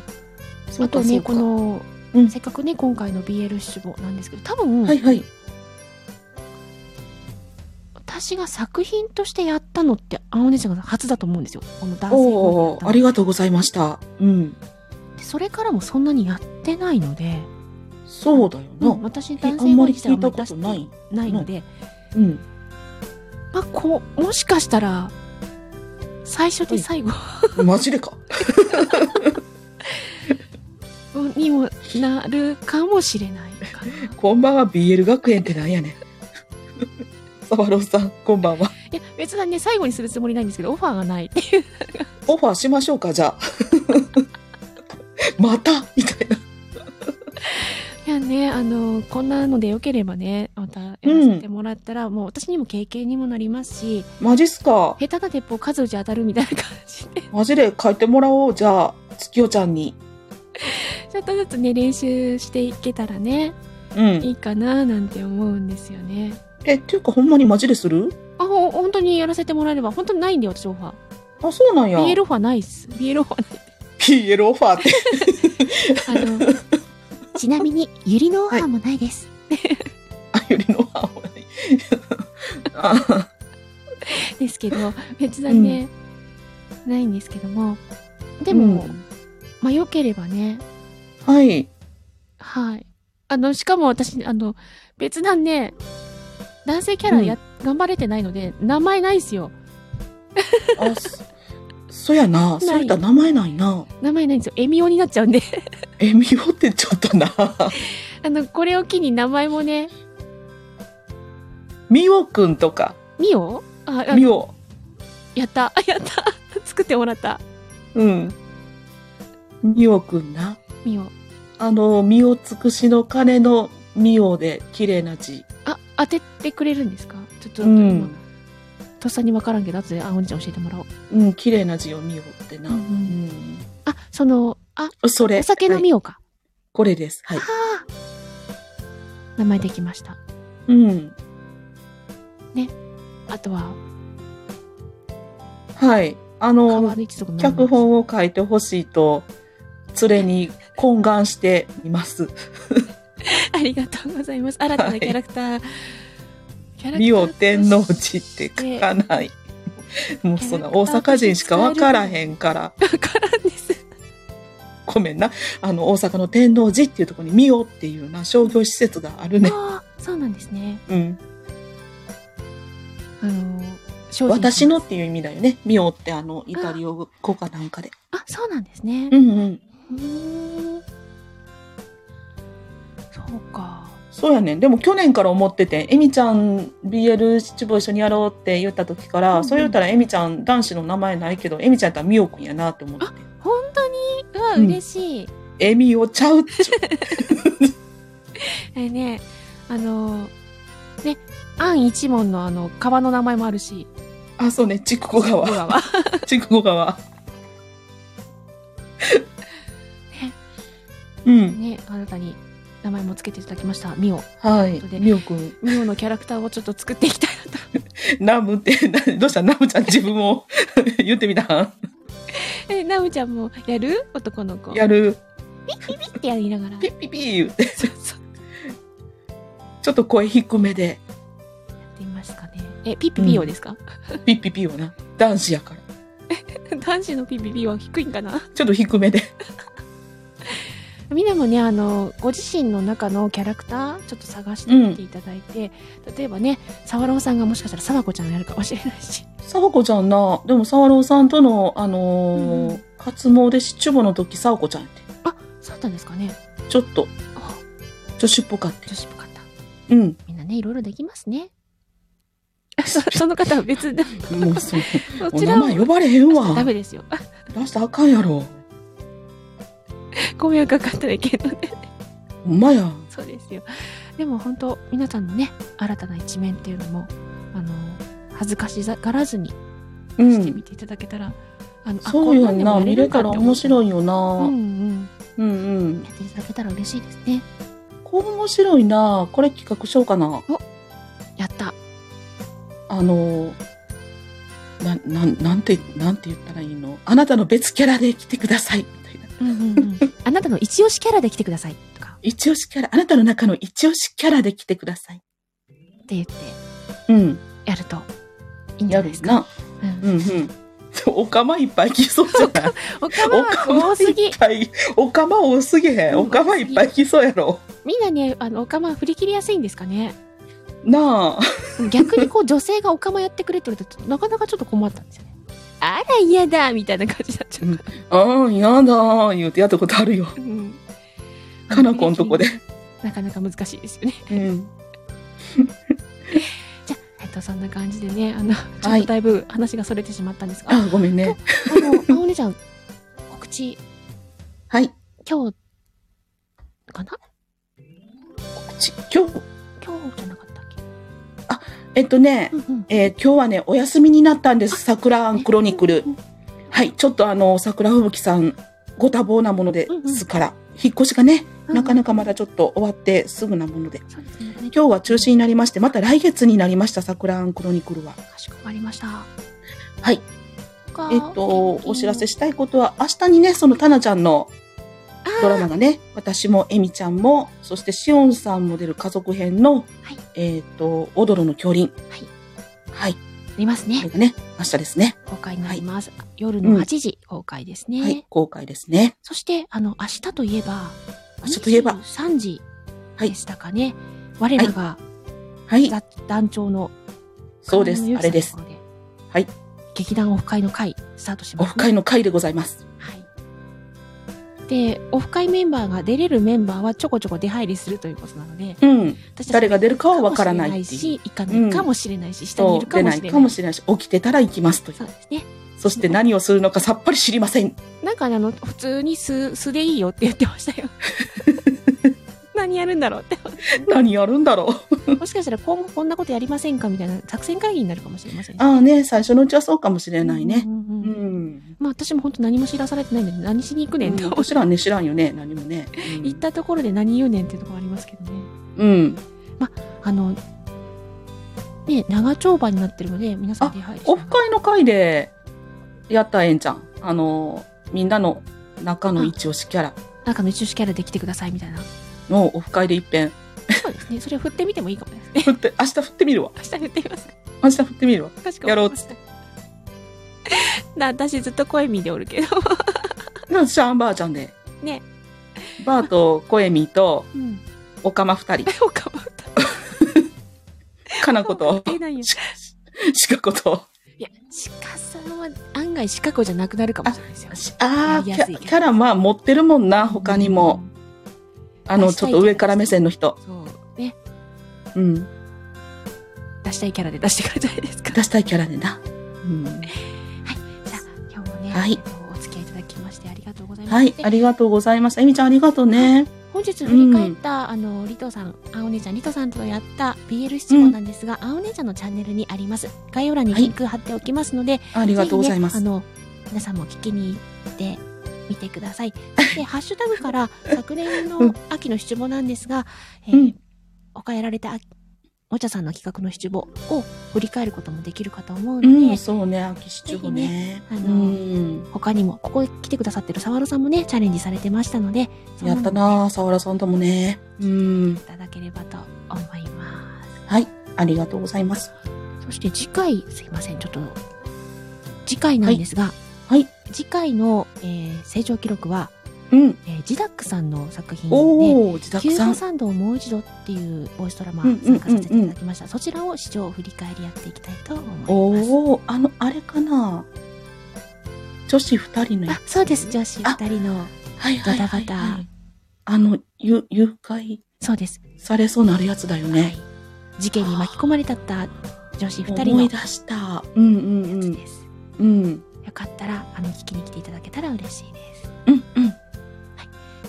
Speaker 2: そ
Speaker 1: あ
Speaker 2: うか
Speaker 1: と
Speaker 2: そ
Speaker 1: ね
Speaker 2: うか
Speaker 1: この、
Speaker 2: うん
Speaker 1: せっかくね今回の BL 志望なんですけど多分、
Speaker 2: はいはい。
Speaker 1: 私が作品としてやったのってあのお姉ちゃんが初だと思うんですよこの男性
Speaker 2: おお、あり
Speaker 1: が
Speaker 2: がとうございました。うん。
Speaker 1: それからもそんなにやってないので、
Speaker 2: そうだよな。
Speaker 1: うん私
Speaker 2: えあ
Speaker 1: 男性
Speaker 2: んま
Speaker 1: 版
Speaker 2: り
Speaker 1: 自体
Speaker 2: 聞
Speaker 1: はい
Speaker 2: たことない。
Speaker 1: ないので、
Speaker 2: うん。
Speaker 1: まあ、こうもしかしたら最初で最後
Speaker 2: マジでか。
Speaker 1: にもなるかもしれないか
Speaker 2: [LAUGHS]
Speaker 1: な。
Speaker 2: [LAUGHS] こんばんは、BL 学園ってなんやねん。 [LAUGHS] サバローさん、こんばんは。
Speaker 1: いや別にね最後にするつもりないんですけどオファーがない
Speaker 2: オファーしましょうか、じゃあ。 [LAUGHS] またみたいな。
Speaker 1: いやねあのこんなのでよければねまたやらせてもらったら、もう私にも経験にもなりますし
Speaker 2: マジっすか。
Speaker 1: 下手な鉄砲数打ち当たるみたいな感じで
Speaker 2: マジで書いてもらおう、じゃあ、月夜ちゃんに。
Speaker 1: ちょっとずつね練習していけたらね
Speaker 2: うん。
Speaker 1: いいかななんて思うんですよね
Speaker 2: え、っていうか、ほんまにマジでする
Speaker 1: あほ本当にやらせてもらえれば本当にないんで私オファー
Speaker 2: あ、そうなんや。
Speaker 1: BL オファーないっす BL オファーない
Speaker 2: BL オファーって。
Speaker 1: あ [LAUGHS] のちなみにゆりのオファーもないです、
Speaker 2: あゆりのオファーもない [LAUGHS] あ
Speaker 1: ですけど別段ね、ないんですけどもでも、
Speaker 2: うん
Speaker 1: まあよければね
Speaker 2: はい。
Speaker 1: はいあのしかも私あの別段ね男性キャラや、頑張れてないので名前ないですよ
Speaker 2: あ、そそやな。
Speaker 1: い
Speaker 2: そういった名前ないな。
Speaker 1: 名前ないんですよエミオになっちゃうんで [LAUGHS]
Speaker 2: え、みおってちょっとな。
Speaker 1: あのこれを機に名前もね
Speaker 2: みおくんとか。
Speaker 1: ミオああ
Speaker 2: みお。
Speaker 1: やったやった [LAUGHS] 作ってもらった
Speaker 2: うん。みおくんな。
Speaker 1: ミオ
Speaker 2: あの、みおつくしの鐘のみおで、綺麗な字。
Speaker 1: あ当ててくれるんですかちょっと
Speaker 2: う
Speaker 1: 今、
Speaker 2: ん。
Speaker 1: とっさに分からんけど後であお兄ちゃん教えてもらおう、
Speaker 2: うん、綺麗な字をみおってな。
Speaker 1: う
Speaker 2: うん。
Speaker 1: うんあそのあ
Speaker 2: それ。
Speaker 1: お酒の
Speaker 2: はい
Speaker 1: みおか、
Speaker 2: これです。はい。
Speaker 1: あー名前できました
Speaker 2: うん。
Speaker 1: あとは
Speaker 2: はい。あ
Speaker 1: 変
Speaker 2: の
Speaker 1: わ、る一族の名前
Speaker 2: 脚本を書いてほしいと、連れに懇願しています。
Speaker 1: [LAUGHS] ありがとうございます新たなキャラクター、キャラクター
Speaker 2: 美を天皇
Speaker 1: とし
Speaker 2: 寺って書かない。もうそんな大阪人しかわからへんから。
Speaker 1: わからんです
Speaker 2: ごめんな。あの、大阪の天王寺っていうところに美をっていうな商業施設があるね。
Speaker 1: あーそうなんですね
Speaker 2: うん。
Speaker 1: あの精進
Speaker 2: 私のっていう意味だよね。美をってあの、イタリア語かなんかで。
Speaker 1: あそうなんですね
Speaker 2: うんうん。
Speaker 1: うーんそうか
Speaker 2: そうやねん。でも去年から思ってて、エミちゃん BL 七部一緒にやろうって言った時から、
Speaker 1: うんうん
Speaker 2: そう言ったらエミちゃん男子の名前ないけど、エミちゃんやったら美桜くんやなって思って。
Speaker 1: 本当にうわ
Speaker 2: うん
Speaker 1: 嬉しい、
Speaker 2: エミをちゃうっちゅう。
Speaker 1: えーねあのねアン一門のあの川の名前もあるし
Speaker 2: [LAUGHS] あ、そうね。ちくこ
Speaker 1: 小
Speaker 2: 川。
Speaker 1: 川
Speaker 2: [LAUGHS] ちくこ川。
Speaker 1: ね
Speaker 2: うん。
Speaker 1: ね、新たに名前もつけていただきました、ミオ。
Speaker 2: は
Speaker 1: とい
Speaker 2: い
Speaker 1: うこと。で
Speaker 2: みおくん。
Speaker 1: ミオのキャラクターをちょっと作っていきたいなと。 [LAUGHS]
Speaker 2: ナムって、 [LAUGHS] などうしたナムちゃん自分を [LAUGHS] 言ってみた
Speaker 1: え、ナムちゃんもやる男の子。
Speaker 2: やる。
Speaker 1: ピピってやりながら。
Speaker 2: ピッピッピー [LAUGHS] 言って。
Speaker 1: そうそう。
Speaker 2: ちょっと声低めで。
Speaker 1: やってみますかね。え、ピッピピオですか、
Speaker 2: ピッピッピーをな。男子やか
Speaker 1: [LAUGHS]
Speaker 2: ら。
Speaker 1: 男子のピッピピオは低いんかな
Speaker 2: ちょっと低めで。
Speaker 1: みんなもね、あの、ご自身の中のキャラクター、ちょっと探してみていただいて、例えばね、サワローさんがもしかしたらサワコちゃんをやるかもしれないし。
Speaker 2: サワコちゃんな。でも、サワローさんとの、あのー
Speaker 1: うん
Speaker 2: 活毛で七母の時、サワコちゃんやって。
Speaker 1: そうなんですかね。
Speaker 2: ちょっと
Speaker 1: あ、
Speaker 2: 女子っぽかって
Speaker 1: 女。子っぽかった。 [LAUGHS]
Speaker 2: うん。
Speaker 1: みんなね、いろいろできますね。 [LAUGHS] そその方は別 [LAUGHS] で、
Speaker 2: もうそう。
Speaker 1: そ
Speaker 2: お
Speaker 1: ち
Speaker 2: 名
Speaker 1: ら
Speaker 2: 前呼
Speaker 1: は
Speaker 2: ばれへんわ。
Speaker 1: ダメですよ。 [LAUGHS]
Speaker 2: 出したらあかんやろ。
Speaker 1: ご迷惑かかったらいけないので
Speaker 2: ほんまや。
Speaker 1: [LAUGHS] そうですよでも本当皆さんのね新たな一面っていうのもあの恥ずかしがらずに
Speaker 2: う
Speaker 1: してみ
Speaker 2: ん。
Speaker 1: ていただけたら、あのあ
Speaker 2: そうよな。
Speaker 1: こんんでもやれ
Speaker 2: 見
Speaker 1: る
Speaker 2: れ
Speaker 1: んだ
Speaker 2: た
Speaker 1: って
Speaker 2: ら
Speaker 1: 思う
Speaker 2: 面白いよ
Speaker 1: うんう
Speaker 2: な。
Speaker 1: ん
Speaker 2: うんうん
Speaker 1: や。っていただけたら嬉しいですね
Speaker 2: これ面白いな。これ企画しようかな。
Speaker 1: やった
Speaker 2: あの、な、なん、なんて、なんて言ったらいいのあなたの別キャラで来てください。みたいな。
Speaker 1: うんうんうん、 [LAUGHS] あなたの一押しキャラで来てくださいとか
Speaker 2: 一押しキャラ、あなたの中の一押しキャラで来てください。
Speaker 1: って言って
Speaker 2: うん。
Speaker 1: やるといいんじゃ
Speaker 2: や
Speaker 1: ない
Speaker 2: る
Speaker 1: ですか。
Speaker 2: な。
Speaker 1: うん
Speaker 2: うんうん。 [LAUGHS] おかまいっぱい来そうじゃない
Speaker 1: おかま
Speaker 2: お
Speaker 1: は
Speaker 2: かま
Speaker 1: 多す
Speaker 2: い
Speaker 1: ぎ
Speaker 2: っ。ぱい、おかま多すぎへん。
Speaker 1: うん
Speaker 2: おかまいっぱい来そうやろ。
Speaker 1: みんなね、あの、おかま振り切りやすいんですかね。
Speaker 2: なあ。
Speaker 1: 逆にこう、女性がおかまやってくれって言われたら、なかなかちょっと困ったんですよね。あら、嫌だみたいな感じになっちゃうか
Speaker 2: うん、やだー、言うてやったことあるよ。
Speaker 1: ら。うん。
Speaker 2: かなこんとこで。
Speaker 1: [LAUGHS] なかなか難しいですよね。
Speaker 2: うん。
Speaker 1: じゃあ、えっと、そんな感じでね、あの、ちょ
Speaker 2: は
Speaker 1: っ
Speaker 2: い
Speaker 1: とだいぶ話がそれてしまったんですが、あ
Speaker 2: あ、ごめんね。
Speaker 1: の、あお姉ちゃん、告知、
Speaker 2: はい。
Speaker 1: 今日、かな
Speaker 2: ち今日、
Speaker 1: 今日じゃなかったっけ
Speaker 2: えっとね
Speaker 1: う、んうん。
Speaker 2: えー今日はね、お休みになったんです。桜アンクロニクル。はい。ちょっとあの、桜吹雪さん、ご多忙なものですから、引っ越しがね、なかなかまだちょっと終わってすぐなもので。
Speaker 1: そうですね。今
Speaker 2: 今日は中止になりまして、また来月になりました、桜アンクロニクルは。
Speaker 1: 日、かしこまりました。
Speaker 2: はい。
Speaker 1: 他
Speaker 2: えっと、お知らせ
Speaker 1: し
Speaker 2: したいことは、明日にね、そのタナちゃんのドラマがね、私もエミちゃんも、そしてシオンさんも出る家族編の、
Speaker 1: はい
Speaker 2: えっ、と、オドロの恐竜。
Speaker 1: はい。
Speaker 2: はい。
Speaker 1: あります
Speaker 2: これ
Speaker 1: ね。
Speaker 2: がね、明日ですね。
Speaker 1: 公開になります。夜の
Speaker 2: うん
Speaker 1: 8時公開ですね。
Speaker 2: はい。公開ですね。
Speaker 1: そして、あの、明日といえば、
Speaker 2: 明日といえば
Speaker 1: 3時
Speaker 2: はい
Speaker 1: でしたかね。我らが、
Speaker 2: はい。
Speaker 1: だ団長の、
Speaker 2: そうです
Speaker 1: 金。
Speaker 2: あ
Speaker 1: 野
Speaker 2: れ
Speaker 1: 由
Speaker 2: で
Speaker 1: 紀さ
Speaker 2: す
Speaker 1: ん。のところ。
Speaker 2: はい。
Speaker 1: 劇団オフ会の会、スタートし
Speaker 2: オ
Speaker 1: ます、
Speaker 2: フ会の会でございます。
Speaker 1: はい。で、オフ会メンバーが出れるメンバーはちょこちょこ出入りするということなので、
Speaker 2: うん。
Speaker 1: 私たち
Speaker 2: 誰が出るかはわからないっていう。
Speaker 1: し、行かないかもしれないし、下にい
Speaker 2: そ
Speaker 1: る
Speaker 2: う
Speaker 1: か
Speaker 2: 出
Speaker 1: も
Speaker 2: な
Speaker 1: し
Speaker 2: い
Speaker 1: れ
Speaker 2: か
Speaker 1: ない。
Speaker 2: もしれないし、起きてたら行きますという
Speaker 1: そうですね。
Speaker 2: そして何をするのかさっぱり知りません。
Speaker 1: なんかねあの、普通に素、素でいいよって言ってま
Speaker 2: [LAUGHS]
Speaker 1: したよ。何やるんだろうって。
Speaker 2: 何やるんだろう。
Speaker 1: もしかしたら今後こんなことやりませんかみたいな作戦会議になるかもしれませんね。
Speaker 2: ああね、最初のうちはそうかもしれないね
Speaker 1: う。んうん
Speaker 2: う
Speaker 1: うん
Speaker 2: ん。
Speaker 1: まあ私も本当何も知らされてないんで何しに行くねんって
Speaker 2: うん知らんね、知らんよね、何もね。うん
Speaker 1: 行ったところで何言うねんっていうところありますけどね。
Speaker 2: うん。
Speaker 1: あの、ね、長丁場になってるので皆さん
Speaker 2: あ
Speaker 1: 出入りしな
Speaker 2: オ
Speaker 1: が
Speaker 2: フ
Speaker 1: ら
Speaker 2: 会の会で、やったらええんちゃん。あの、みんなの中の一押しキャラ
Speaker 1: なんかの一押しキャラで来てくださいみたいな。
Speaker 2: のオフ会で一遍。
Speaker 1: そうですね。それを振ってみてもいいかもですね。 [LAUGHS]
Speaker 2: 振って、明日振ってみるわ。
Speaker 1: 明日振ってみます。
Speaker 2: 明日振ってみるわ。
Speaker 1: かしこ
Speaker 2: やろうっ
Speaker 1: まりま
Speaker 2: つ
Speaker 1: し。
Speaker 2: った
Speaker 1: な私ずっと声見でおるけど。
Speaker 2: なんシャーンばあちゃんで。
Speaker 1: ね。
Speaker 2: バーとコエミと
Speaker 1: うん。 [LAUGHS]
Speaker 2: オカマ二人。
Speaker 1: おかま
Speaker 2: かな [LAUGHS] こと
Speaker 1: 関係ないよ、
Speaker 2: しシカコと。
Speaker 1: いや、鹿さんは案外シカゴじゃなくなるかもしれないですよ。
Speaker 2: しああ、キ
Speaker 1: やりやすい
Speaker 2: ャキャラまあ持ってるもんな、他にも。あ
Speaker 1: 出
Speaker 2: の、
Speaker 1: し
Speaker 2: ち
Speaker 1: た
Speaker 2: ょ
Speaker 1: い
Speaker 2: っと上から目線の人
Speaker 1: う。ん。そう。ね。
Speaker 2: うん。
Speaker 1: 出したいキャラで出してくれたじゃないですか。
Speaker 2: 出したいキャラでな。うん。
Speaker 1: じゃあ、今日もね、
Speaker 2: はい
Speaker 1: えっとお付き合いいただきましてありがとうございます。
Speaker 2: はい、
Speaker 1: で
Speaker 2: ありがとうございました。えみちゃん、ありがとうね。
Speaker 1: 本日振り返った、あの、リトさん、あお姉ちゃん、リトさんとやった BL 質問なんですが、あお姉ちゃんのチャンネルにあります。概要欄にリンク貼っておきますので、
Speaker 2: ありがとうございます。
Speaker 1: ぜひね、あの、皆さんも聞きに行ってみてください。そ
Speaker 2: [LAUGHS]
Speaker 1: して、ハッシュタグから昨年の秋の七五なんですが、えー
Speaker 2: うん
Speaker 1: おえられた秋お茶さんの企画の七五を振り返ることもできるかと思うの
Speaker 2: う
Speaker 1: で、
Speaker 2: ん、そうね、秋シチューね。
Speaker 1: ぜひねあ
Speaker 2: う
Speaker 1: の
Speaker 2: ん。
Speaker 1: 他にも、ここへ来てくださってる沢呂さんもね、チャレンジされてましたので、そん
Speaker 2: や
Speaker 1: の
Speaker 2: ったなあ、サワラさんともね。うん
Speaker 1: い。ただければと思います。
Speaker 2: はい、ありがとうございます。
Speaker 1: そして次回、すいません、ちょっと、次回なんですが、
Speaker 2: はい。
Speaker 1: 次回の、えー成長記録は、
Speaker 2: うん。
Speaker 1: えージダックさんの作品で、
Speaker 2: おお、
Speaker 1: キ
Speaker 2: 自
Speaker 1: ュ
Speaker 2: 宅
Speaker 1: ー
Speaker 2: さ
Speaker 1: バ
Speaker 2: ん。
Speaker 1: サンドをもう一度っていうボイスドラマ
Speaker 2: うんうんうんう
Speaker 1: 参
Speaker 2: ん
Speaker 1: 加させていただきました。そちらを視聴振り返りやっていきたいと思います。
Speaker 2: おお、あの、あれかな。女子二人のや
Speaker 1: あ、そうです。女子二人の、
Speaker 2: はいはいはい、
Speaker 1: ドタ
Speaker 2: は
Speaker 1: バ
Speaker 2: い。あの、ゆ、誘拐
Speaker 1: そうです。
Speaker 2: されそうなるやつだよ
Speaker 1: はい
Speaker 2: ね。。
Speaker 1: 事件に巻き込まれたった女子二人
Speaker 2: 思
Speaker 1: の
Speaker 2: い出した。うんう
Speaker 1: や
Speaker 2: んう
Speaker 1: つ
Speaker 2: ん。
Speaker 1: です。
Speaker 2: うん。
Speaker 1: よかったら、あの、聞きに来ていただけたら嬉しいです。
Speaker 2: うんうん。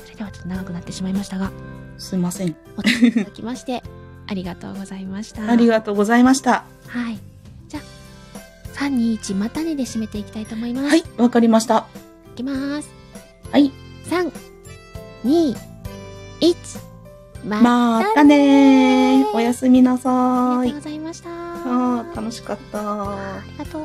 Speaker 1: それではちょっと長くなってしまいましたが、
Speaker 2: すいません。
Speaker 1: お付き合いいただきま
Speaker 2: [LAUGHS]
Speaker 1: して、ありがとうございました。
Speaker 2: ありがとうございました。
Speaker 1: はい。じゃあ、3、2、1、またねで締めていきたいと思います。
Speaker 2: は。い、わかりました。
Speaker 1: いきます。
Speaker 2: はい。
Speaker 1: 三、二、一、ま
Speaker 2: また
Speaker 1: ね
Speaker 2: ね
Speaker 1: ー
Speaker 2: おやすみなさ
Speaker 1: ありがとう
Speaker 2: ーい
Speaker 1: ご。ざいました。
Speaker 2: あー
Speaker 1: あ
Speaker 2: 楽しかった。
Speaker 1: りがとう。